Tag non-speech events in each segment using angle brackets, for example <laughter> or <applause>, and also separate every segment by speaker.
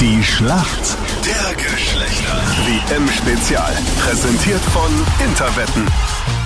Speaker 1: Die Schlacht der Geschlechter. WM-Spezial. Präsentiert von Interwetten.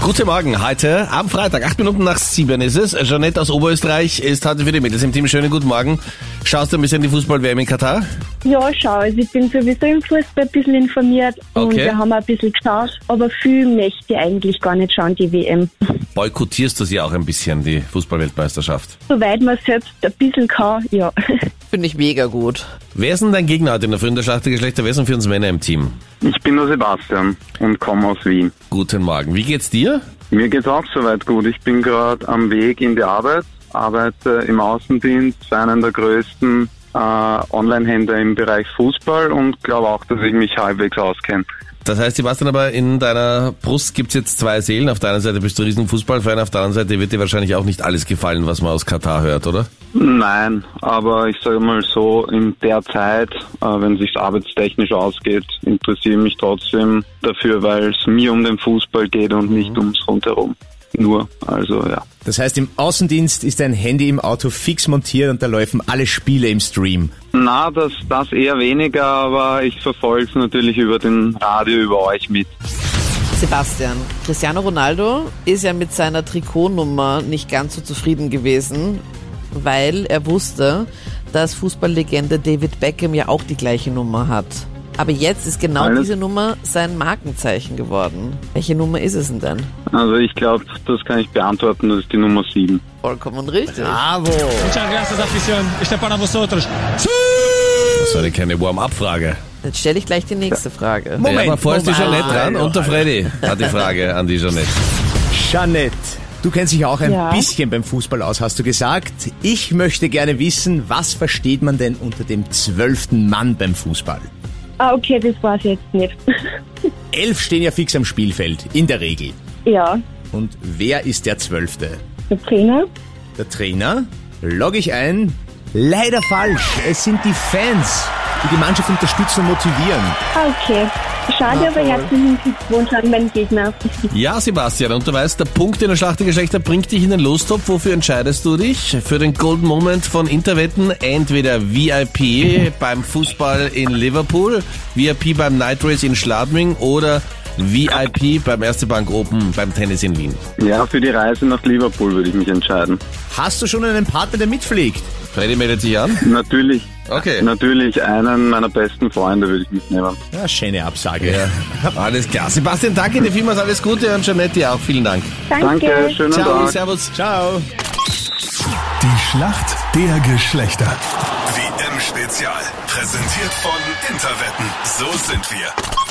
Speaker 2: Guten Morgen, heute am Freitag, acht Minuten nach sieben ist es. Jeanette aus Oberösterreich ist heute für die Mädels im Team. Schönen guten Morgen. Schaust du ein bisschen die Fußball-WM in Katar?
Speaker 3: Ja, schau, also ich bin sowieso im Fußball ein bisschen informiert und
Speaker 2: Okay.
Speaker 3: wir haben ein bisschen geschaut, aber viel möchte ich eigentlich gar nicht schauen, die WM.
Speaker 2: Boykottierst du sie auch ein bisschen, die Fußball-Weltmeisterschaft?
Speaker 3: Soweit man selbst ein bisschen kann, ja. <laughs>
Speaker 4: Finde ich mega gut.
Speaker 2: Wer ist denn dein Gegner heute in der frühen der Schlacht der Geschlechter? Wer sind für uns Männer im Team?
Speaker 5: Ich bin der Sebastian und komme aus Wien.
Speaker 2: Guten Morgen. Wie geht's dir?
Speaker 5: Mir geht's auch soweit gut. Ich bin gerade am Weg in die Arbeit, arbeite im Außendienst für einen der größten äh, Online-Händler im Bereich Fußball und glaube auch, dass ich mich halbwegs auskenne.
Speaker 2: Das heißt, Sebastian, aber in deiner Brust gibt's jetzt zwei Seelen. Auf der einen Seite bist du ein riesen Fußballfan, auf der anderen Seite wird dir wahrscheinlich auch nicht alles gefallen, was man aus Katar hört, oder?
Speaker 5: Nein, aber ich sage mal so, in der Zeit, äh, wenn sich's arbeitstechnisch ausgeht, interessiere ich mich trotzdem dafür, weil es mir um den Fußball geht und nicht ums Rundherum. Nur, also ja.
Speaker 6: Das heißt, im Außendienst ist dein Handy im Auto fix montiert und da laufen alle Spiele im Stream.
Speaker 5: Na, das, das eher weniger, aber ich verfolge es natürlich über den Radio, über euch mit.
Speaker 4: Sebastian, Cristiano Ronaldo ist ja mit seiner Trikotnummer nicht ganz so zufrieden gewesen, weil er wusste, dass Fußballlegende David Beckham ja auch die gleiche Nummer hat. Aber jetzt ist genau
Speaker 5: Alles-
Speaker 4: diese Nummer sein Markenzeichen geworden. Welche Nummer ist es denn dann?
Speaker 5: Also ich glaube, das kann ich beantworten, das ist die Nummer 7.
Speaker 4: Vollkommen richtig.
Speaker 6: Bravo!
Speaker 7: Muchas gracias, afición. Está para vosotros.
Speaker 2: Das war eine kleine Warm-up-Frage.
Speaker 4: Jetzt stelle ich gleich die nächste Frage.
Speaker 2: Ja,
Speaker 6: Moment,
Speaker 2: aber vorher ist die
Speaker 6: Moment.
Speaker 2: Jeanette dran und der Freddy hat die Frage an die Jeanette.
Speaker 6: Jeanette, du kennst dich auch ein
Speaker 3: Ja.
Speaker 6: bisschen beim Fußball aus, hast du gesagt. Ich möchte gerne wissen, was versteht man denn unter dem zwölften Mann beim Fußball?
Speaker 3: Ah, okay, das war's jetzt nicht. <laughs>
Speaker 6: Elf stehen ja fix am Spielfeld, in der Regel.
Speaker 3: ja,
Speaker 6: Und wer ist der zwölfte?
Speaker 3: der Trainer,
Speaker 6: Der Trainer? Logge ich ein? Leider falsch. Es sind die Fans, die die Mannschaft unterstützen und motivieren.
Speaker 3: ah, okay. Schade, aber herzlichen Glückwunsch an meinen Gegner. <laughs>
Speaker 2: Ja, Sebastian, und du weißt, der Punkt in der Schlacht der Geschlechter bringt dich in den Lostopf. Wofür entscheidest du dich? Für den Golden Moment von Interwetten, entweder VIP beim Fußball in Liverpool, VIP beim Night Race in Schladming oder VIP beim Erste Bank Open beim Tennis in Wien.
Speaker 5: Ja, für die Reise nach Liverpool würde ich mich entscheiden.
Speaker 6: Hast du schon einen Partner, der mitfliegt?
Speaker 2: Freddy meldet sich an.
Speaker 5: Natürlich,
Speaker 2: Okay.
Speaker 5: natürlich einen meiner besten Freunde würde ich mitnehmen.
Speaker 6: Ja, schöne Absage.
Speaker 2: Ja. Alles klar. Sebastian, danke dir vielmals. Alles Gute und Jeanette dir auch. Vielen Dank.
Speaker 3: Danke.
Speaker 5: Danke, schönen
Speaker 2: Ciao,
Speaker 5: Tag.
Speaker 2: servus.
Speaker 6: Ciao.
Speaker 1: Die Schlacht der Geschlechter. WM-Spezial. Präsentiert von Interwetten. So sind wir.